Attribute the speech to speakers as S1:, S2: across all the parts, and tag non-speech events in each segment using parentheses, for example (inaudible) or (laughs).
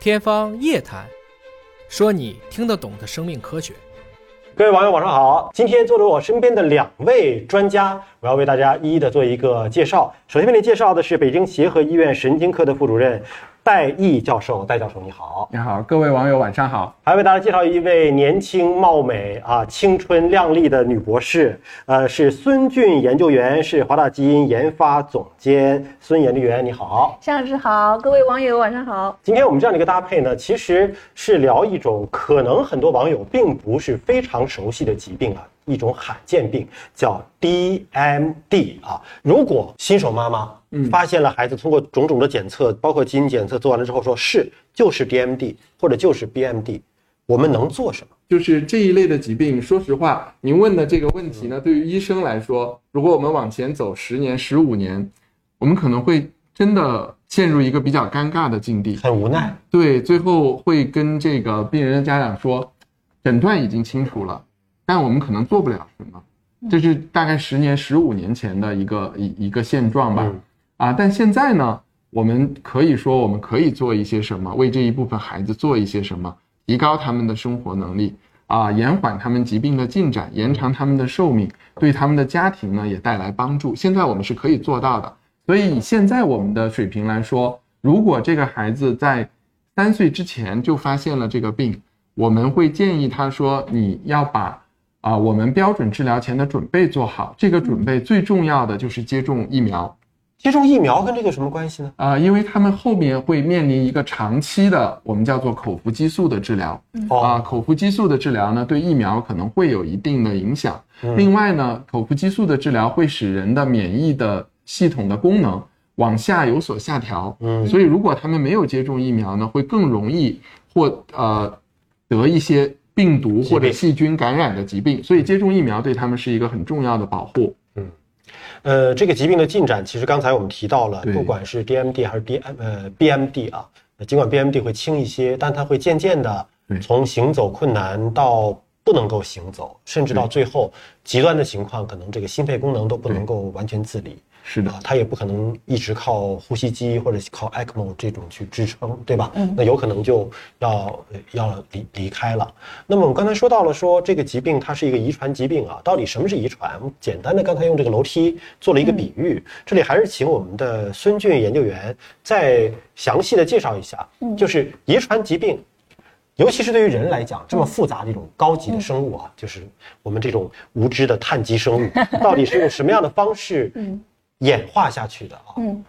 S1: 天方夜谭，说你听得懂的生命科学。
S2: 各位网友，晚上好！今天坐在我身边的两位专家，我要为大家一一的做一个介绍。首先为您介绍的是北京协和医院神经科的副主任戴毅教授，戴教授你好。
S3: 你好，各位网友晚上好。
S2: 还为大家介绍一位年轻貌美啊、青春靓丽的女博士，呃，是孙俊研究员，是华大基因研发总监孙研究员，你好。
S4: 向老师好，各位网友晚上好。
S2: 今天我们这样的一个搭配呢，其实是聊一种可能很多网友并不是非常熟悉的疾病啊，一种罕见病叫 DMD 啊。如果新手妈妈发现了孩子通过种种的检测，包括基因检测做完了之后说是就是 DMD 或者就是 BMD，我们能做什么？
S3: 就是这一类的疾病，说实话，您问的这个问题呢，对于医生来说，如果我们往前走十年、十五年，我们可能会真的陷入一个比较尴尬的境地。
S2: 很无奈，
S3: 对，最后会跟这个病人的家长说，诊断已经清楚了，但我们可能做不了什么。这是大概十年、十五年前的一个一一个现状吧。
S2: 嗯
S3: 啊，但现在呢，我们可以说我们可以做一些什么，为这一部分孩子做一些什么，提高他们的生活能力啊，延缓他们疾病的进展，延长他们的寿命，对他们的家庭呢也带来帮助。现在我们是可以做到的，所以以现在我们的水平来说，如果这个孩子在三岁之前就发现了这个病，我们会建议他说你要把。啊，我们标准治疗前的准备做好，这个准备最重要的就是接种疫苗。
S2: 接种疫苗跟这个有什么关系呢？
S3: 啊、因为他们后面会面临一个长期的我们叫做口服激素的治疗啊、
S2: 哦，
S3: 口服激素的治疗呢，对疫苗可能会有一定的影响。
S2: 嗯
S3: 另外呢，口服激素的治疗会使人的免疫的系统的功能往下有所下调，
S2: 嗯
S3: 所以如果他们没有接种疫苗呢，会更容易或呃得一些病毒
S2: 疾病
S3: 或者细菌感染的疾病，所以接种疫苗对他们是一个很重要的保护。
S2: 呃，这个疾病的进展，其实刚才我们提到了，
S3: 对
S2: 不管是 DMD 还是 DM 呃 BMD 啊，尽管 BMD 会轻一些，但它会渐渐的
S3: 对
S2: 从行走困难到不能够行走，甚至到最后极端的情况，可能这个心肺功能都不能够完全自理
S3: 是的
S2: 啊，，它也不可能一直靠呼吸机或者靠 ECMO 这种去支撑，对吧？那有可能就要要离离开了。那么我们刚才说到了说这个疾病它是一个遗传疾病啊，到底什么是遗传？我们简单的刚才用这个楼梯做了一个比喻，这里还是请我们的孙俊研究员再详细的介绍一下，就是遗传疾病。尤其是对于人来讲，这么复杂的一种高级的生物啊，就是我们这种无知的碳基生物，到底是用什么样的方式
S4: 嗯
S2: 演化下去的啊？
S4: 嗯，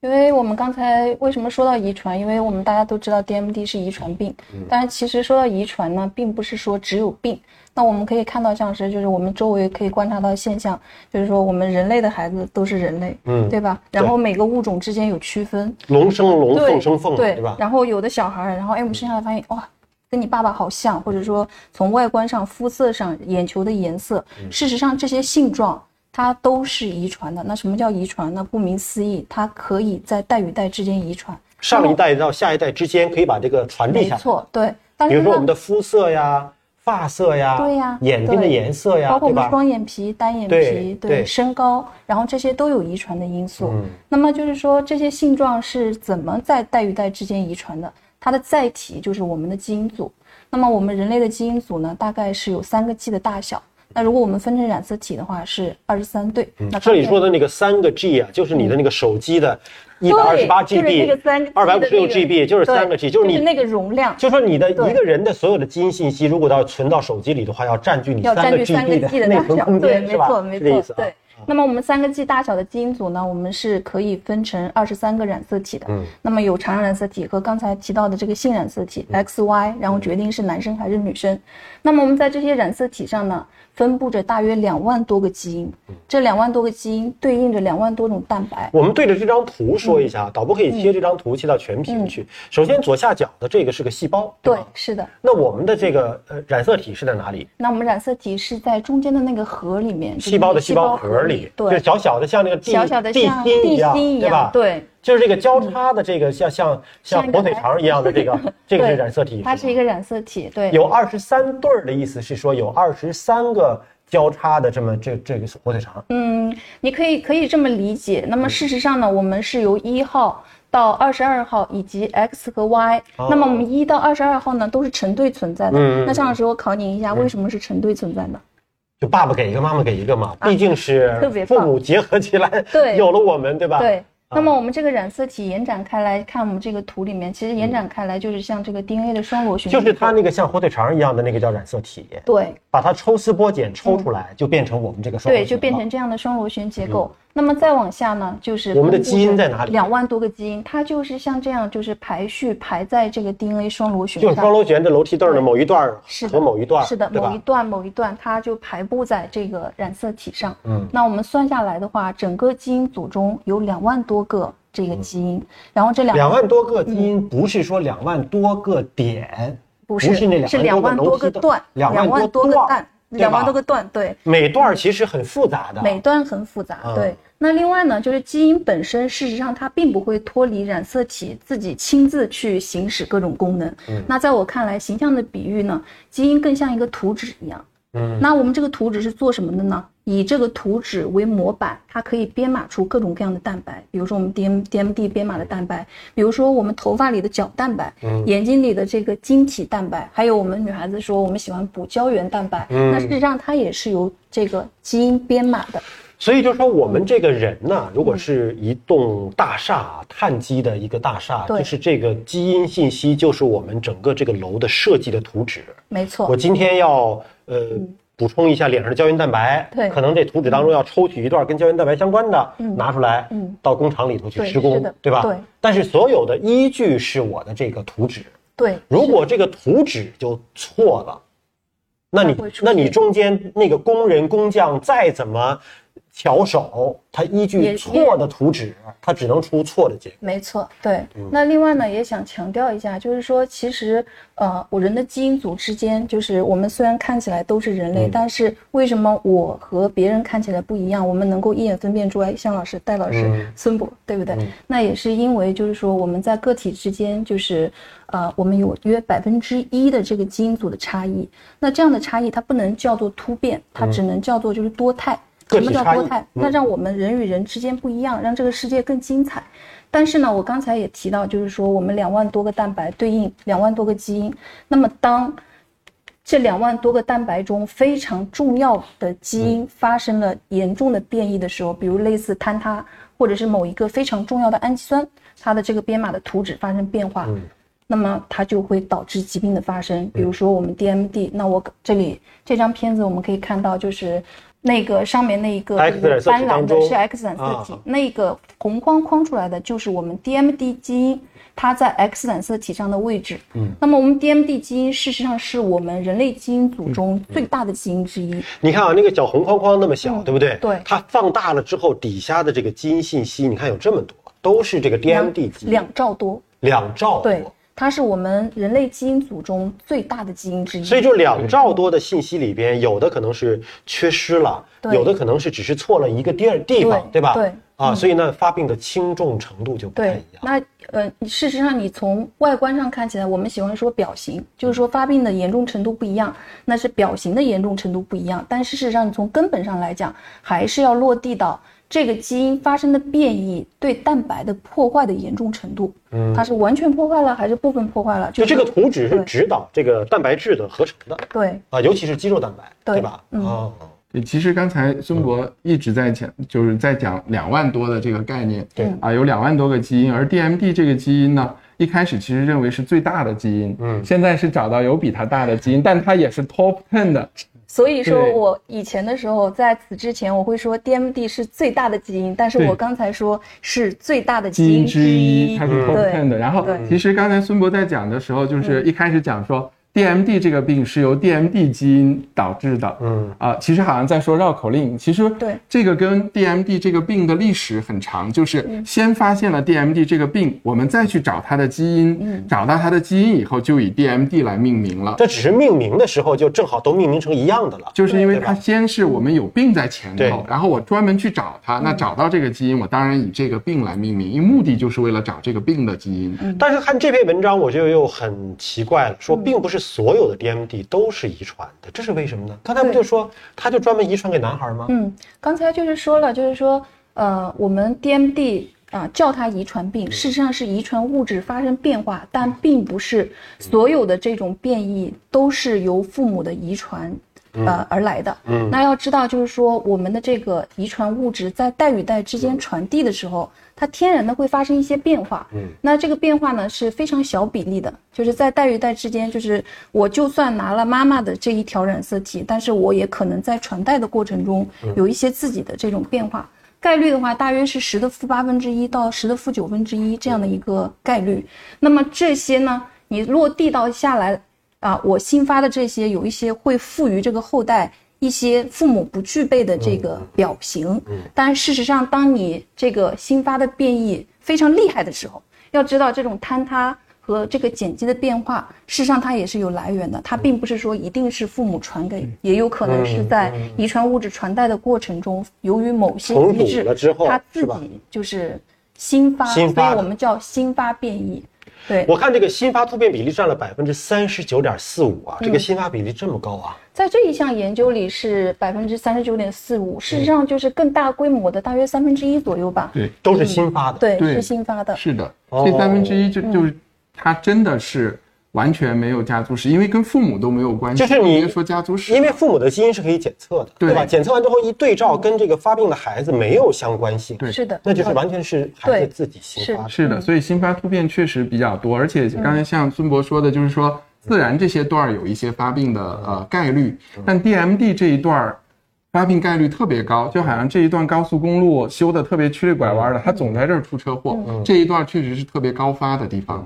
S4: 因为我们刚才为什么说到遗传？因为我们大家都知道 DMD 是遗传病，但是其实说到遗传呢，并不是说只有病。那我们可以看到，像是就是我们周围可以观察到的现象，就是说我们人类的孩子都是人类，
S2: 嗯
S4: 对吧？然后每个物种之间有区分，
S2: 龙生龙，
S4: 对
S2: 凤生凤嘛，
S4: 对
S2: 对吧？
S4: 然后有的小孩儿，然后哎，我们生下来发现哇，跟你爸爸好像，或者说从外观上、肤色上、眼球的颜色，
S2: 嗯
S4: 事实上这些性状它都是遗传的。那什么叫遗传呢？顾名思义，它可以在代与代之间遗传。
S2: 上一代到下一代之间可以把这个传递
S4: 没
S2: 下来。
S4: 错，对。但
S2: 比
S4: 是
S2: 如
S4: 呢
S2: 说我们的肤色呀、发色呀、
S4: 对呀
S2: 眼睛的
S4: 对
S2: 颜色呀，
S4: 包括
S2: 对
S4: 我们
S2: 吧？
S4: 双眼皮、单眼
S2: 对
S4: 皮，
S2: 对
S4: 身高，然后这些都有遗传的因素。
S2: 嗯
S4: 那么就是说，这些性状是怎么在代与代之间遗传的？它的载体就是我们的基因组。那么我们人类的基因组呢，大概是有三个 G 的大小。那如果我们分成染色体的话，是二十三对。那
S2: 嗯这里
S4: 发现
S2: 说的那个三个 G 啊，就是你的那个手机的一百二十八
S4: 嗯对就是那
S2: GB
S4: 个三、
S2: 二百五十六 GB，就是三个 G，就是你，
S4: 那个容量。
S2: 就说你的
S4: 对
S2: 一个人的所有的基因信息，如果要存到手机里的话，要占据你
S4: 要
S2: 三
S4: 占
S2: 个
S4: 据三个
S2: GB
S4: G
S2: 的
S4: 的
S2: 内
S4: 大
S2: 存
S4: 小，
S2: 空
S4: 对，
S2: 间，
S4: 没
S2: 是吧？
S4: 错，没
S2: 是这意
S4: 错
S2: 思，啊
S4: 对。那么我们三个 G 大小的基因组呢，我们是可以分成二十三个染色体的。
S2: 嗯
S4: 那么有常染色体和刚才提到的这个性染色体
S2: 嗯
S4: X、Y，然后决定是男生还是女生。那么我们在这些染色体上呢，分布着大约两万多个基因，
S2: 嗯
S4: 这两万多个基因对应着两万多种蛋白。
S2: 我们对着这张图说一
S4: 嗯
S2: 下，啊导播可以贴这张图切到全屏去。首先左下角的这个是个细胞，
S4: 对
S2: 吧，
S4: 是的。
S2: 那我们的这个呃染色体是在哪里？
S4: 那我们染色体是在中间的那个核里面，就是
S2: 细胞的细
S4: 细
S2: 胞
S4: 胞
S2: 核里，就是
S4: 对，
S2: 小小的，像那个地
S4: 小小的
S2: 地
S4: 像
S2: 心一
S4: 地
S2: 样，
S4: 心一
S2: 对吧
S4: 样，？，对。
S2: 就是这个交叉的这个像像像
S4: 像一个
S2: 火腿肠一样的这个， (laughs) 这个是
S4: (laughs) 对
S2: 染色体，
S4: 它是一
S2: 个
S4: 个染色体，对，
S2: 有二十三对儿的意思是说有二十三个交叉的这么这这个火腿肠，嗯
S4: 嗯，你可以可以这么理解。那么事实上呢，我们是由一号到二十二号以及 X 和 Y，、
S2: 哦
S4: 那么我们一到二十二号呢都是成对存在的。
S2: 嗯嗯嗯嗯
S4: 那张老师，我考你一下，为什么是成对存在呢？
S2: 就爸爸给一个，妈妈给一个嘛，毕竟是
S4: 啊特别
S2: 父
S4: 棒
S2: 母结合起来，
S4: 对
S2: 有了我们，对吧？
S4: 对。
S2: 啊
S4: 那么我们这个染色体延展开来看，我们这个图里面，其实延展开来就是像这个 DNA 的双螺旋结
S2: 就
S4: 构，
S2: 是它那个像火腿肠一样的那个叫染色体，
S4: 对
S2: 把它抽丝剥茧抽出来，就变成我们这个双
S4: 嗯对，
S2: 螺旋
S4: 就变
S2: 了
S4: 成这样的双螺旋结构。那么再往下呢，就是
S2: 我们的嗯基因在哪里
S4: 两万多个基因，它就是像这样，就是排序排在这个 DNA 双螺旋
S2: 就是
S4: 上
S2: 双。螺旋的楼梯段的某一段儿
S4: 是的
S2: 和某一段儿，
S4: 是的，
S2: 对
S4: 某
S2: 吧
S4: 一？段某一段，它就排布在这个染色体上。
S2: 嗯，
S4: 那我们算下来的话，整个基因组中有两万多个这个基因，然后这两
S2: 嗯两万多个基因不是说两万多个点，
S4: 嗯不
S2: 不是那
S4: 是
S2: 两
S4: 两
S2: 万
S4: 万
S2: 多个
S4: 多个
S2: 楼梯的
S4: 段，
S2: 两万
S4: 两万
S2: 多
S4: 多
S2: 个
S4: 个
S2: 段
S4: 蛋，
S2: 对吧
S4: 两万多个段，对。
S2: 每段儿其实很复杂的。
S4: 每段很复杂，
S2: 嗯
S4: 对。那另外呢，就是基因本身，事实上它并不会脱离染色体自己亲自去行使各种功能。
S2: 嗯
S4: 那在我看来，形象的比喻呢，基因更像一个图纸一样。
S2: 嗯，
S4: 那我们这个图纸是做什么的呢？以这个图纸为模板，它可以编码出各种各样的蛋白，比如说我们 D M D M D 编码的蛋白，比如说我们头发里的角蛋白，
S2: 嗯
S4: 眼睛里的这个晶体蛋白，还有我们女孩子说我们喜欢补胶原蛋白，
S2: 嗯
S4: 那事实上它也是由这个基因编码的。
S2: 所以就说我
S4: 嗯
S2: 们这个人呢，如果是一栋大厦，碳基的一个大厦，
S4: 对
S2: 就是这个基因信息就是我们整个这个楼的设计的图纸。
S4: 没
S2: 我
S4: 错，
S2: 今天要呃补充一下脸上的胶原蛋白，
S4: 嗯对
S2: 可能这图纸当中要抽取一段跟胶原蛋白相关的，拿出来，
S4: 嗯
S2: 到工厂里头去
S4: 对
S2: 施工
S4: 是的，
S2: 对吧？
S4: 对
S2: 但是所有的依据是我的这个图纸，
S4: 对，
S2: 如果这个图纸就错了，那你
S4: 它会出
S2: 那
S4: 现
S2: 你中间那个工人工匠再怎么巧手，他依据
S4: 也
S2: 错的图纸，他只能出错的结果。
S4: 没错，对。
S2: 嗯
S4: 那另外呢，也想强调一下，就是说，其实呃，我人的基因组之间，就是我们虽然看起来都是人
S2: 嗯
S4: 类，但是为什么我和别人看起来不一样？我们能够一眼分辨出哎来，向老师、戴老师、
S2: 嗯
S4: 孙博，对不对？那也是因为就是说我们在个体之间，就是呃，我们有约百分之一的这个基因组的差异。那这样的差异，它不能叫做突变，它只能叫做就是多态。
S2: 嗯个
S4: 什
S2: 体
S4: 么叫
S2: 差异嗯
S4: 多态？那让我们人与人之间不一样，让这个世界更精彩。但是呢，我刚才也提到，就是说我们两万多个蛋白对应两万多个基因，那么当这两万多个蛋白中非常重要的基
S2: 嗯
S4: 因发生了严重的变异的时候，比如类似坍塌，或者是某一个非常重要的氨基酸，它的这个编码的图纸发生变化，
S2: 嗯
S4: 那么它就会导致疾病的发生。比如说我们 DMD，那我这里这张片子我们可以看到，就是那个上面那一个
S2: X 染色体
S4: 斑斓
S2: 当中
S4: 的是 X 染色体，
S2: 啊
S4: 那个红框框出来的就是我们 DMD 基因它在 X 染色体上的位置。嗯，那么我们 DMD 基因事实上是我们人类基因组中
S2: 嗯
S4: 最大的基因之一。
S2: 你看啊，那个小红框框那么小，对不对？
S4: 嗯对
S2: 它放大了之后，底下的这个基因信息，你看有这么多，都是这个 DMD 基因，哦
S4: 两兆多，
S2: 两兆多。
S4: 对，它是我们人类基因组中最大的基因之一。
S2: 所以就两兆多的信息里边，有的可能是缺失了，
S4: 对
S2: 有的可能是只是错了一个地儿地方，
S4: 对
S2: 对吧？
S4: 对嗯
S2: 啊，所以呢，发病的轻重程度就不太一
S4: 对
S2: 样，。
S4: 那呃，事实上你从外观上看起来，我们喜欢说表型，就是说发病的严重程度不一样，那是表型的严重程度不一样。但事实上，你从根本上来讲，还是要落地到这个基因发生的变异对蛋白的破坏的严重程度，它是完全破坏了还是部分破坏了？
S2: 就这个
S4: 是
S2: 图纸是
S4: 对
S2: 指导这个蛋白质的合成的
S4: 对
S2: 啊，尤其是肌肉蛋白，
S4: 对
S2: 吧？
S4: 嗯
S2: 哦，
S3: 对，其实刚才孙博一直在讲，就是在讲两万多的这个概念，
S2: 对
S3: 啊，有两万多个基因，而 DMD 这个基因呢，一开始其实认为是最大的基因，
S2: 嗯
S3: 现在是找到有比它大的基因，但它也是 top ten 的，
S4: 所以说
S3: 对
S4: 我以前的时候，在此之前我会说 DMD 是最大的基因，但是
S3: 对
S4: 我刚才说是最大的
S3: 基
S4: 基
S3: 因
S4: 因
S3: 之
S4: 之
S3: 一，
S4: 一
S3: 它，是 top
S4: 对
S3: ten 的。然后
S4: 对嗯
S3: 其实刚才孙博在讲的时候，就是一开始讲说 DMD 这个病是由 DMD 基因导致的，
S2: 嗯
S3: 啊，其实好像在说绕口令。其实
S4: 对
S3: 这个跟 DMD 这个病的历史很长，就是先发现了 DMD 这个病，我们再去找它的基因，找到它的基因以后，就以 DMD 来命名了。
S2: 这只是命名的时候就正好都命名成一样的了。
S3: 就是因为它
S2: 对吧
S3: 先是我们有病在前
S2: 对
S3: 头，然后我专门去找它，那找到这个基因，我当然以这个病来命名，因为目的就是为了找这个病的基因。
S2: 但是看这篇文章，我就又很奇怪了，
S3: 嗯
S2: 说并不是所有的 DMD 都是遗传的，这是为什么呢？刚才不就说他就专门遗传给男孩吗？
S4: 嗯，刚才就是说了，就是说，呃，我们 DMD 啊，叫它遗传
S2: 嗯
S4: 病，事实上是遗传物质发生变化，但并不
S2: 嗯
S4: 是所有的这种变异都是由父母的遗传。呃而来的。
S2: 嗯
S4: 那要知道，就是说我们的这个遗传物质在代与代之间传递的时候，它天然的会发生一些变化。
S2: 嗯，
S4: 那这个变化呢是非常小比例的，就是在代与代之间，就是我就算拿了妈妈的这一条染色体，但是我也可能在传代的过程中有一些自己的这种变化。概率的话，大约是十的负八分之一到十的负九分之一这样的一个概率。那么这些呢，你落地到下来啊，我新发的这些有一些会赋予这个后代一些父母不具备的这
S2: 嗯
S4: 个表型。但事实上，当你这个新发的变异非常厉害的时候，要知道这种坍塌。和这个碱基的变化，事实上它也是有来源的，
S2: 嗯
S4: 它并不是说一定是父母传给，也有可能是在遗传物质传代的过程中，由于某些
S2: 嗯重
S4: 机
S2: 组
S4: 制
S2: 了之后
S4: 它自
S2: 是吧
S4: 己就是新发，
S2: 新发
S4: 所以
S2: 的
S4: 我们叫新发变异。对，
S2: 我看这个新发突变比例占了百分之三十九点四五
S3: 嗯
S2: 啊，这个新发比例这么高啊？
S4: 在这一项研究里是百分之三十九点四五，事实上就是更大规模的，大约三分之一左右吧。
S3: 对，
S2: 都是新发的。
S4: 对，
S3: 对
S4: 是新发的。
S3: 是的，
S2: 哦
S3: 这三分之一就就是它真的是完全没有家族史，因为跟父母都没有关系，
S2: 就是你
S3: 更别说家族史了，
S2: 因为父母的基因是可以检测的，
S3: 对
S2: 对吧？检测完之后一对照，跟这个发病的孩子没有相关性，
S3: 对
S4: 是的，
S2: 那就是完全是孩子自己新发的。
S3: 是的，所以新发突变确实比较多，而且刚才像孙博说的，就是说自然这些段儿有一些发病的呃概率，但 DMD 这一段儿发病概率特别高，就好像这一段高速公路修的特别曲里拐弯的，它总在这儿出车祸，这一段确实是特别高发的地方。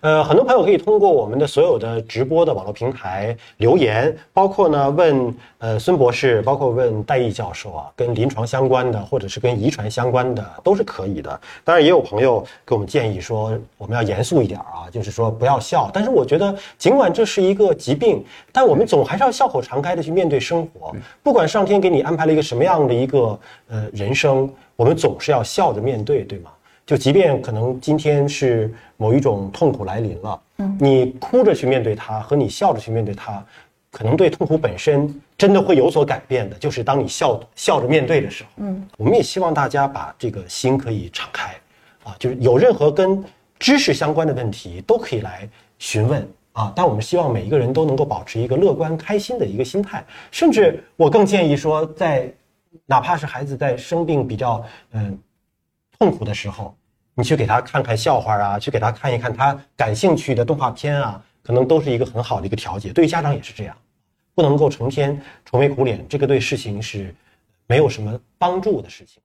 S2: 呃，很多朋友可以通过我们的所有的直播的网络平台留言，包括呢问呃孙博士，包括问戴毅教授啊，跟临床相关的，或者是跟遗传相关的，都是可以的。当然，也有朋友给我们建议说，我们要严肃一点啊，就是说不要笑。但是我觉得，尽管这是一个疾病，但我们总还是要笑口常开的去面对生活。不管上天给你安排了一个什么样的一个呃人生，我们总是要笑着面对，对吗？就即便可能今天是某一种痛苦来临了，你哭着去面对它和你笑着去面对它，可能对痛苦本身真的会有所改变的。就是当你笑笑着面对的时候，嗯，我们也希望大家把这个心可以敞开，啊，就是有任何跟知识相关的问题都可以来询问啊。但我们希望每一个人都能够保持一个乐观开心的一个心态，甚至我更建议说，在哪怕是孩子在生病比较嗯。痛苦的时候，你去给他看看笑话啊，去给他看一看他感兴趣的动画片啊，可能都是一个很好的一个调节。对于家长也是这样，不能够成天愁眉苦脸，这个对事情是没有什么帮助的事情。